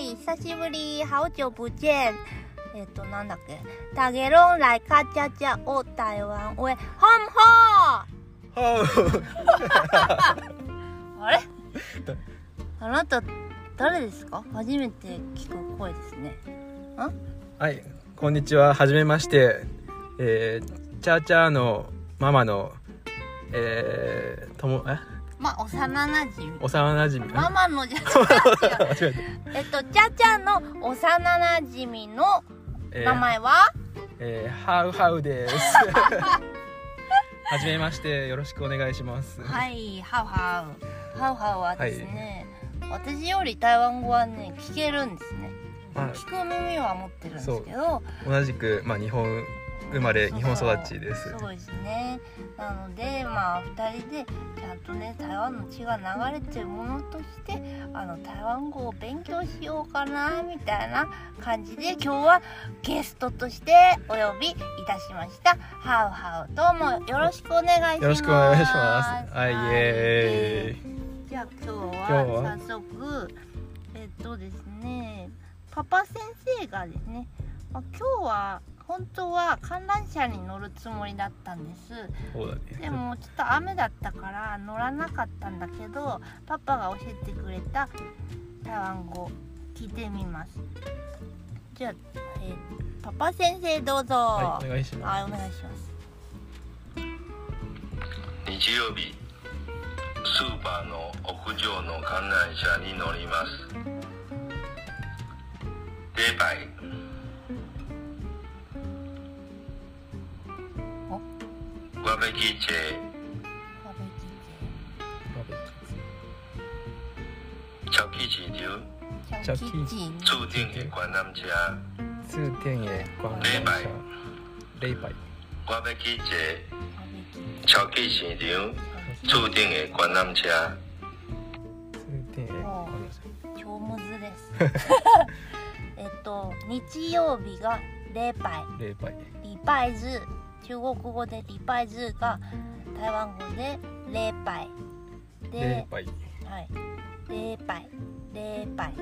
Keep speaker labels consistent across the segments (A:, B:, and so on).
A: 久しぶり好久不见。えっ、と、なんだっけ。タゲロンライカチャチャを台湾へ、ホンホー
B: は
A: あれ あなた、誰ですか初めて聞く声ですね。
B: あはい、こんにちは。はじめまして。えー、チャーチャーのママの、えー、とも、え
A: まあ、幼馴染み。
B: 幼馴染み。
A: マ マのじゃ、違う違う。
B: 間違え た
A: えっと、ちゃちゃの幼馴染みの
B: えー
A: 名前は、
B: えー、ハウハウです。 はじめまして。よろしくお願いします。
A: はい、ハウハウ。ハウハウはですね、私より台湾語はね、聞けるんですね。
B: ま
A: 聞く耳は持ってるんですけど、
B: あ、同じく、まあ、日本生まれ、日本育ちです
A: そ。うですね。なので、まあ、二人でちゃんとね、台湾の血が流れてるものとして、あの、台湾語を勉強しようかな、みたいな感じで、今日はゲストとしてお呼びいたしました。ハウハウ、どうもよろしくお願いします。
B: よろしくお願いします。はい、イエーイ。
A: じゃあ今日
B: 今日
A: は
B: は
A: 早速えっとですねパパ先生がですねあ今日は本当は観覧車に乗るつもりだったんです
B: そうだね。
A: でもちょっと雨だったから乗らなかったんだけどパパが教えてくれた台湾語聞いてみますじゃあ、えーパパ先生どうぞ、
B: はい、お願いします。
A: はい、お願いします
C: 日曜日スーパーの屋上の観覧車に乗ります礼拜
A: お
C: 我要去坐
A: パパ先
C: 超级市場
A: 生
B: じゃあ
A: キッチン
C: 注定的观览车
B: 通天へ観覧車。礼拝。
C: 我
A: パ
C: 要去坐
A: パキッチン
C: 超级市場注定的观览车
B: 通天へ観覧車。
A: 超むずですえっと日曜日が礼拝
B: 礼拝。
A: 礼拜日中国語で礼拜日が台湾語で礼拝
B: 礼
A: で
B: 拝。
A: はい礼拝礼拝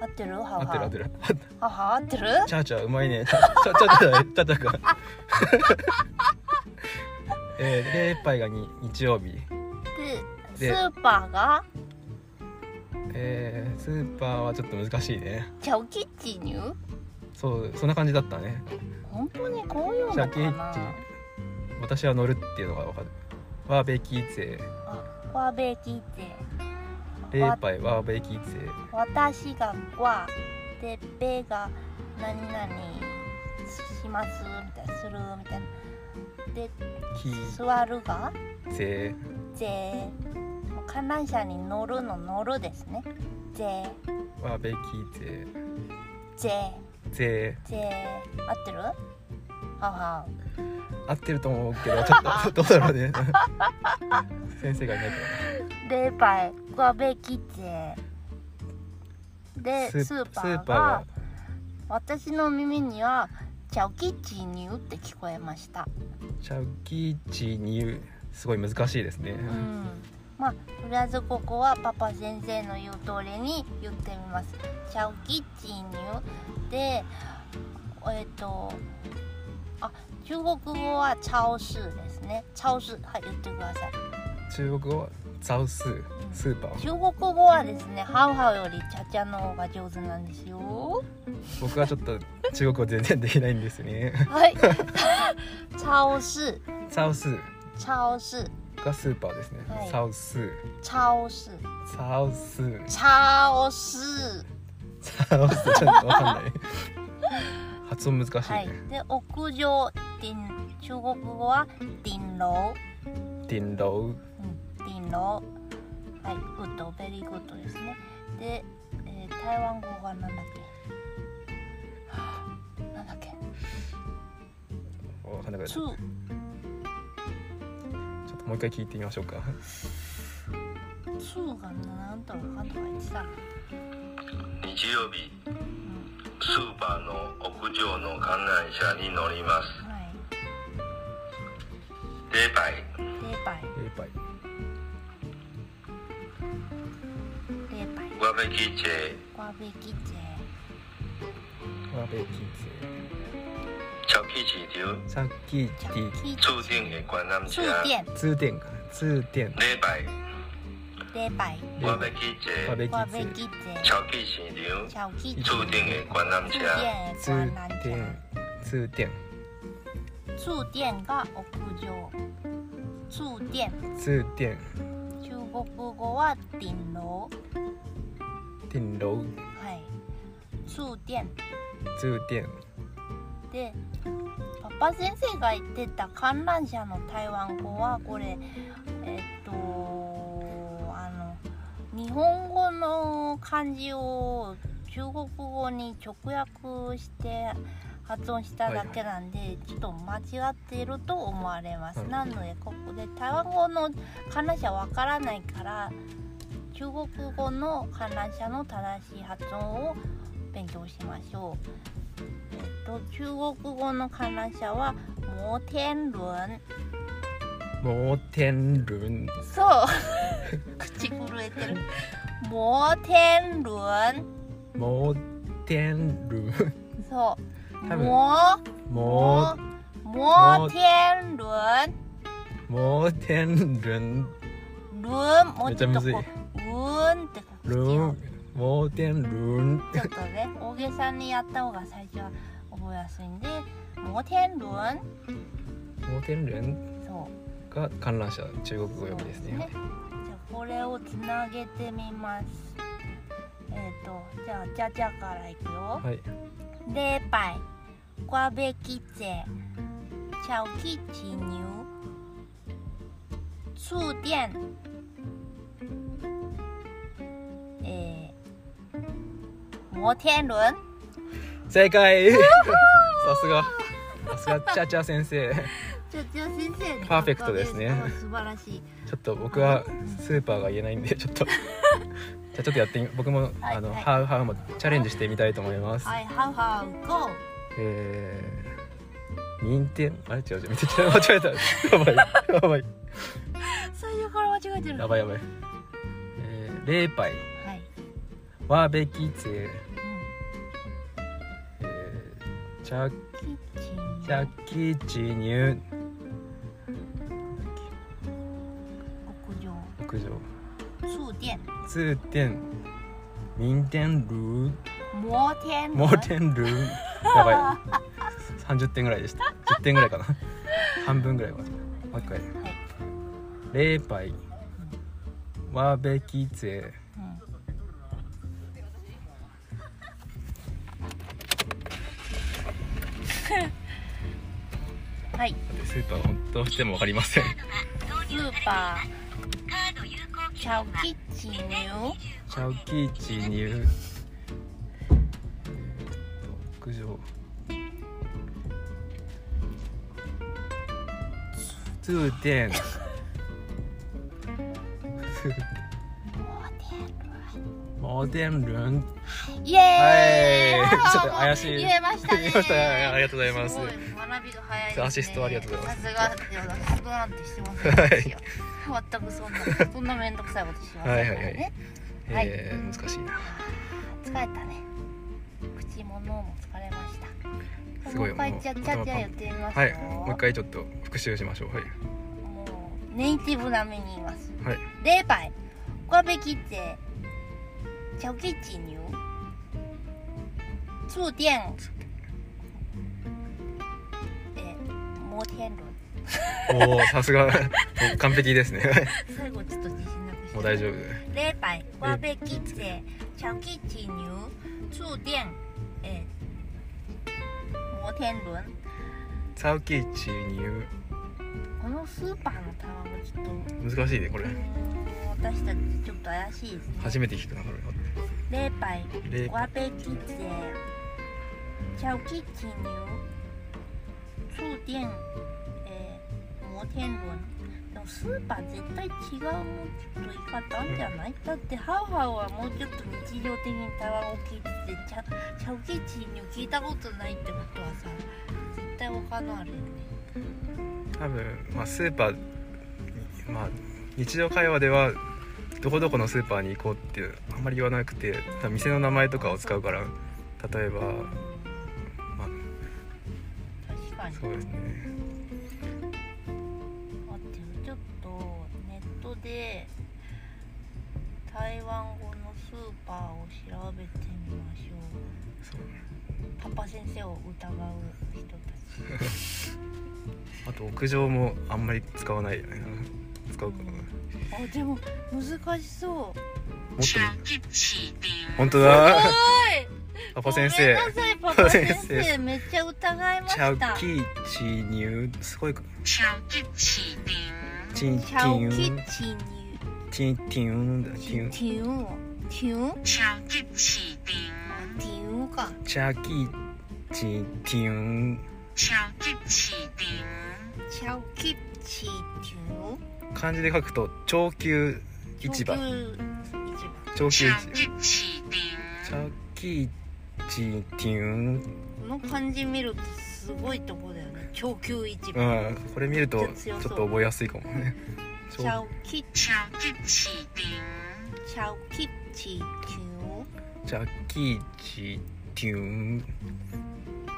A: 合ってるは
B: 合
A: は
B: ってる合ってる。
A: はは合ってる
B: チャーチャーうまいね。チャチャチャチャチャチャが。えー、礼拝がに日曜日。
A: でス
B: で
A: ーパーが
B: えー、スーパーはちょっと難しいね。
A: チャオキッチンに
B: そう、そんな感じだったね。
A: 本当にこういうのか
B: チャオキ
A: な
B: ッチン私は乗るっていうのがわかる。ワーベキーツェ、
A: あわべきって
B: 礼拝ワーベキーツェ。
A: 私がはでべが何々しますみたいなするみたいなで
B: キー
A: 座るが
B: ツェ、
A: ぜもう観覧車に乗るの乗るですねぜ
B: ワーベキーツェ、
A: ぜ
B: ツェ。
A: ぜ合ってるはは
B: 合ってると思うけどちょっとどうだろう ね先生がいないか
A: でばいわべきぜで
B: ら
A: スーパーが私の耳にはチャオキチニューって聞こえました
B: チャウキーチに言うすごい難しいですね、
A: うんまあとりあえずここはパパ先生の言う通りに言ってみます。チャオキッチンにでえっ、とあ中国語は超市ですね。超市はい言ってください。
B: 中国語はザウススーパー
A: 中国語はですねハウハウよりチャチャの方が上手なんですよ。
B: 僕はちょっと中国語全然できないんです ね
A: はい。超市
B: ザウス
A: 超市
B: がスーパーですね、
A: はい
B: ザウス
A: 超市
B: ザウス
A: 超市
B: ザウスちょっとわかん ない発音難しいね、
A: はい。で屋上ディン中国語はディンロー。
B: ディンロ
A: うん、ディンロー。はい、グッド、ベリーグッドですね。で、えー台湾語がなんだっけなんだっけ
B: ーわかんなくなっち
A: ツ
B: ゃっ
A: ー
B: たちょっともう一回聞いてみましょうか
A: ツーがなんとかかんとか言ってた。
C: 日曜日
A: うん、
C: スーパーの屋上の観覧車に乗ります
A: はい。
C: 礼拜
A: 礼拜、
B: 礼拝
A: 礼拜。
C: 我要去坐
A: バーベキューチェ
B: ャベキ
C: 巧克力球
B: ツサキ
A: チャ
B: ティ
A: ッキー
C: 注定的关南
A: 住
C: 车。
A: 店
B: 通天か通天
C: 礼拜
A: 礼拜
C: 我要去
B: バー
C: 坐
B: ベキ
A: 我
B: ュ
A: 被
B: ーツ
A: 记者
C: 巧克力球
A: 小记者
C: 注定的关南
A: 住
C: 车。
A: 店关
B: 通
A: 南
B: 天通天
A: 住店が屋上住店
B: 通天
A: 中国語は電楼
B: 天楼
A: はい住店
B: 通天
A: でパパ先生が言ってた観覧車の台湾語はこれえっとあの日本語の漢字を中国語に直訳して発音しただけなんで、ちょっと間違っていると思われます、
B: うん
A: なのでここで台湾語の観覧車わからないから中国語の観覧車の正しい発音を勉強しましょうえっと中国語の観覧車は摩天輪
B: モーテンルン
A: そう 口震えてる摩天輪
B: モーテンルン
A: そう
B: 多分
A: 摩
B: モー
A: 摩天輪
B: モーテンルン
A: 輪もう
B: めっ
A: ち
B: ちゃ
A: ょっ
B: む
A: と
B: ずい
A: こう輪ってこう口
B: ル
A: を
B: ンモーテンルン
A: ちょっとね大げさにやった方が最初は覚えやすいんで摩天輪
B: モーテンルン
A: そう
B: が観覧車中国語読みです
A: そう
B: ね
A: じゃあこれをつなげてみますえっ、とじゃあじゃじゃからいくよ
B: はい
A: 礼拜瓜べきぜ巧きち牛触電えー、摩天輪
B: 正解さすがさすがチャチャ先生
A: ちょちょ先生の
B: パーフェクトですね
A: おかげ素晴らしい
B: ちょっと僕はスーパーが言えないんでちょっとじゃあちょっとやってみ僕も
A: はい
B: あの、
A: はい
B: ハウハウもチャレンジしてみたいと思います、
A: はいハウハウゴー
B: えー任天あれ違う違うめっちゃ間違えたやばいやばい
A: 最初から間違えてる
B: や
A: は
B: ばいやばいえーレーパイ
A: い、
B: ワーベキツェ
A: うん
B: えーチャ
A: キッチン
B: チャキチニュー
A: 屋上
B: 屋上
A: 触電
B: 通天任天ルー
A: 摩天
B: モーテンルーンやばい30点ぐらいでした10点ぐらいかな半分ぐらいはもう一
A: は
B: 回
A: い、
B: レーパイワーベキツェ
A: うん、はい
B: スーパー本当しても分かりません
A: スーパーチャオキッチンよ
B: チャオキーチニュー屋上通天モーテンルーン
A: イエーイ、
B: はいちょっと怪しい
A: 言えましたね
B: 言えましたねありがとうございます
A: ごい学びが早いですね
B: アシストありがとうございます
A: さすがいやアシストなんてしてません私は全くそんなそんな面倒くさいことしてませんからね、
B: は
A: は
B: いはいはい
A: い
B: えー、難しいな
A: 疲れたね口も脳も疲れました
B: すごい
A: もう一回
B: もう
A: ちゃちゃちゃやってみますよ
B: はいもう一回ちょっと復習しましょうはい
A: もうネイティブな目に言います
B: はい
A: 礼拜我被记者乔给几牛触电え摩天輪
B: おおさすがもう完璧ですね
A: 最後ちょっと自信なくして
B: もう大丈夫
A: 礼拜我被记者乔给几牛触电え摩天輪
B: チャオキーチニュ
A: このスーパーの卵ちょっと
B: ー難しいねこれ
A: 私たちちょっと怪しいですね。
B: 初めて聞くなこれ
A: レーパイ、
B: レーパ
A: ワベキゼ、チャウキチニュ、触電、えー、摩天輪。でもスーパー絶対違うもうちょっと言い方あんじゃない、だってハウハウはもうちょっと日常的に台湾を聞いてて、チャチャウキチニュ聞いたことないってことはさ、絶対他のあるよね。
B: 多分、まあ、スーパーに、まあ、日常会話ではどこどこのスーパーに行こうってあんまり言わなくて多分店の名前とかを使うから例えば
A: はい
B: そうですね
A: 待ってよちょっとネットで台湾語のスーパーを調べてみましょう
B: そう
A: パパ先生を疑う人たち
B: あと屋上もあんまり使わないよね使うかなもっ
A: あでも難しそう
B: と
D: 请
B: いい
D: 一起比如
B: 本当
A: お
B: だ
A: い
B: パパ先生
A: ごめんなさいパ
B: パ
A: パ
B: パ
A: 先
B: 先
A: 生
B: 生
A: めっちゃ疑いまし
B: チャウ
A: た
B: キーチニューすごい
D: 请一起比如
B: チンテ
A: チャ
B: ィ
A: オキ
B: ン
A: チニ
B: ティンティンだテ
A: ュ
B: ィン
A: ティウンティウン
D: 请一起比如
A: ティウンか
B: チャキーチティン
D: 请一起比如
A: チャオキチティウン
B: 漢字で書くと長久市場
A: 上級市
B: 長久市場
D: 请一起比
B: チ
D: 如
B: ャキーチティン
A: 場この漢字見るとすごいとこだよね上級市
B: う
A: 場
B: んこれ見るとちょっと覚えやすいかもね
A: チャオキ
D: 请一起比如
A: チャオキチティウン
B: チャキーチティン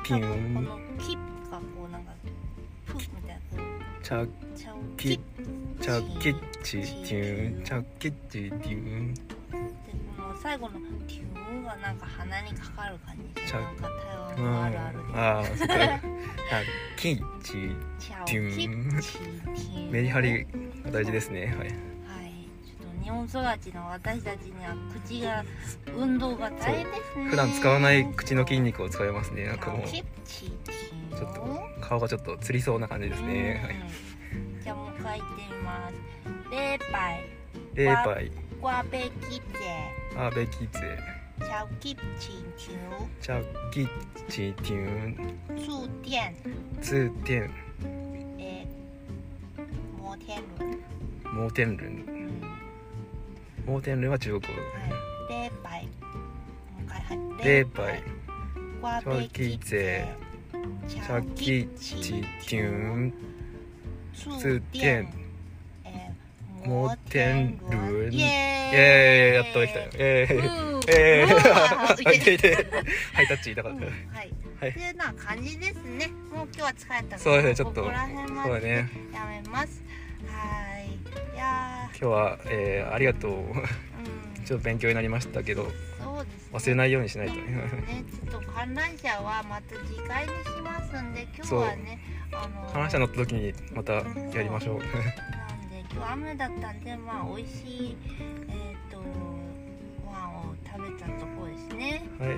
B: ティ
A: こ
B: ン
A: のキがこうなんかプみたいな
B: チャ
A: チャオキ
B: キ
A: で
B: チャキチティンチャキチティン
A: この最後のティウンがなんか鼻にかかる感じ
B: チャ
A: なんか台
B: うん
A: 湾のあるあるで
B: ああそっかチャキーチ
A: チャオ
B: テ
A: キ
B: ィン
A: チティウン
B: メリハリが大事ですすねはい
A: はいちょっと日本育ちの私たちには口が運動が大変ですね
B: 普段使わない口の筋肉を使いますねなんかもう
A: チャ
B: ち
A: オキチティウン
B: ょっと顔がちょっとつりそうな感じですねはい
A: うんじゃあもう一回言ってみますレーパイ
B: レーパイ
A: 瓜贝キッチ
B: アーベキツェ
A: ェチャオキチティウン
B: チャキチティン
A: 住店，
B: ツーテン
A: 诶、摩天轮，
B: モーテンルン
A: 嗯，
B: モーテンルンは中国語
A: 礼拜，唔该系
B: レーパイ
A: 我要去坐
B: チャキチティン
A: 住
B: 住
A: 店
B: 店，
A: 诶、
B: 摩天轮
A: 耶
B: イエーイやっとできたよイエーイ
A: うん
B: え
A: うわ
B: ー、はい、ででハイタッチ痛か
A: う
B: っ
A: ん
B: た。
A: はい、
B: はい
A: っていうような感じですね。もう今日は疲れたから、
B: そうですね、ちょっと。
A: ここ
B: そう
A: ら
B: だ
A: 辺まで
B: ね。
A: やめます。はい、いや
B: 今日は、えー、ありがとう。
A: ー、うん、
B: ちょっと勉強になりましたけど、
A: そうです、ね。
B: 忘れないようにしないとね。
A: ね、ちょっと観覧車はまた次回にしますんで今日はねあの
B: 観覧車乗った時にまたやりましょう。
A: なんで今日雨だったんでまあ美味しいえっ、とご飯を食べたとこですね
B: はい。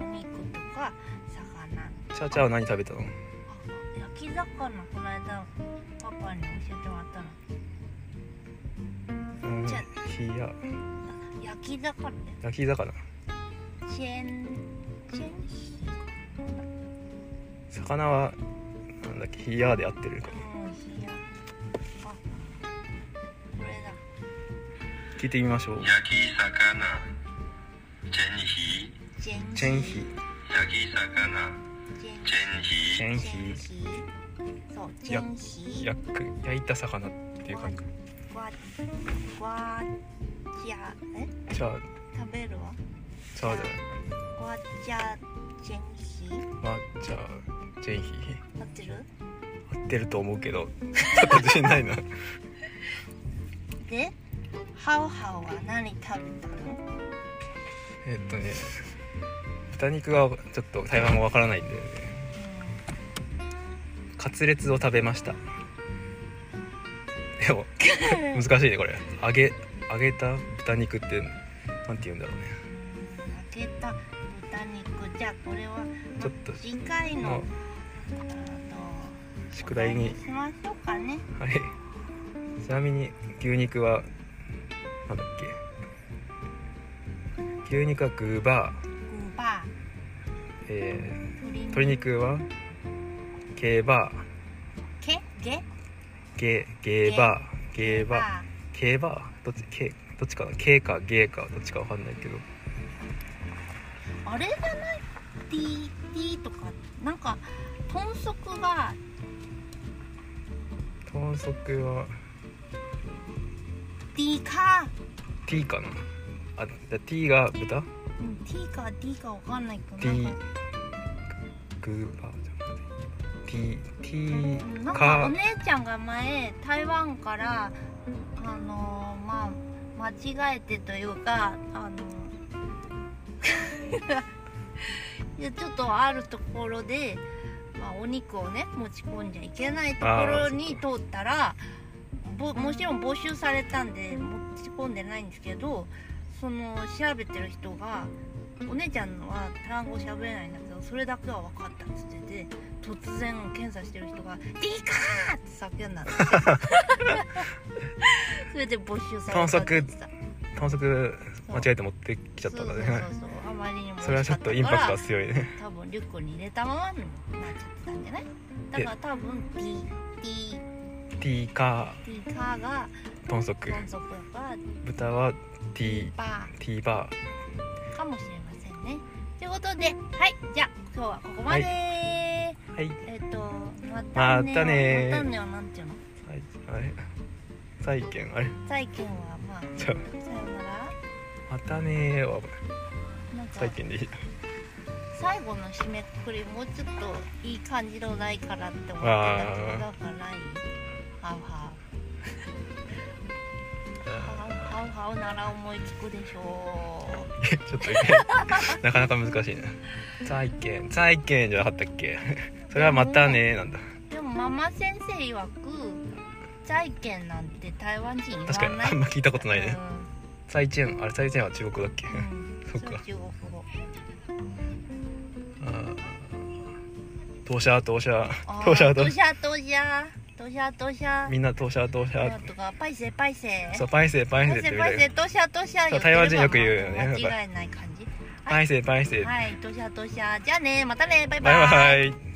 A: おお肉とか魚
B: チャーチャーは何食べたの？
A: あ焼き魚この間パパに教えてもらったの
B: うん、
A: チャ
B: ひや
A: あ焼き魚
B: 焼き魚。
A: チェンチェンヒ
B: 魚はなんだっけ、ひやで合ってる。
A: うんヒヤあこれだ
B: 聞いてみましょう。
C: 焼き魚チェンヒ
A: チェン
B: チェンヒ、
C: 焼き魚
A: チェン
C: チェ
B: チェ
C: ンヒ
A: 千
B: ンヒ、
A: 禧そう千禧
B: 焼く焼いた魚っていう感じ。
A: わわじゃえ
B: チャー
A: 食べるわ
B: チャーじ
A: わじゃ千禧
B: ゃない、まあチャーチェンヒ。
A: 合ってる
B: 合ってると思うけど、 ちょっと自信ないな。
A: でハオハオは何食べたの
B: えっとね豚肉がちょっと台湾語わからないんでカツレツを食べました でも難しいねこれ揚げ揚げた豚肉ってなんて言うんだろうね
A: うん揚げた豚肉じゃあこれは
B: ちょっと
A: 次回の
B: の
A: あと
B: 宿題に
A: お題しましょうかね
B: はいちなみに牛肉はなんだっけ牛肉はグーバー、
A: うんば
B: えー、
A: 鶏
B: 鶏肉はケーバ
A: けげ
B: ーゲーゲーバーゲーバー競馬どっち競どっちかな競か芸かどっちかわかんないけど
A: あれじゃない T, T とかなんか豚足が
B: 豚足は
A: D か、
B: T かなあじゃ T が豚
A: うん T か D かわかんないけど
B: ?T
A: なんか
B: グーバーじゃなくて T T
A: なんかお
B: か
A: 姉ちゃんが前台湾からあのまあ間違えてというかあの いやちょっとあるところで、まあ、お肉をね持ち込んじゃいけないところに通ったらぼもちろん募集されたんで持ち込んでないんですけどその調べてる人がお姉ちゃんのは単語喋れないんだけどそれだけは分かったっつってて。突然検査してる人が「ディカー!」って叫んだの それで没収されたって言ってた
B: 探索間違えて持ってきちゃったんだ
A: そうそうそ
B: ね
A: うそうあまりにも
B: それはちょっとインパクトが強いね
A: ト多分リュックに入れたままになっちゃってたんじゃないだから多分「ディ」「ディ」
B: T か
A: 「ディカー」が
B: 豚足
A: 豚足だから「
B: 豚は T
A: バ
B: T バ
A: ー」かもしれませんねということではいじゃあ今日はここまで、
B: はーはい
A: えっ、とま
B: またねー
A: またねはなんていうの
B: はいあれ債券あれ
A: 債券はまあ
B: じゃ
A: さよなら
B: あまたねーは
A: なんか
B: 債券でいい
A: 最後の締めくくりもうちょっといい感じのないからって思ってたけど
B: あー
A: だからないハウハウハウハウなら思いつくでしょ
B: ちょっとねなかなか難しいな債券債券じゃなかったっけ それはまたねーなんだ
A: うでもママ先生曰く債券なんて台湾人言わない
B: 確かにあんま聞いたことないね
A: う
B: 債券あれ債券は中国だっけ
A: ん、うん、
B: そっか
A: れ中国語
B: あー投射投射
A: あー
B: 投射
A: ド
B: 投射
A: シャドシャドシャドシャ
B: みんな投射投射
A: とかパイセパイセ
B: そうパイセパイセ
A: パ
B: っ
A: イ
B: て
A: セ
B: み
A: パ
B: た
A: イセ
B: い
A: ドシャドシャ言って
B: 台
A: れば
B: 湾人よく言うよね
A: 間違いない感じ
B: パイセパイセ
A: はい、どしゃどしゃ。じゃあね、またね、バイバ
B: バイ
A: イ。
B: バイ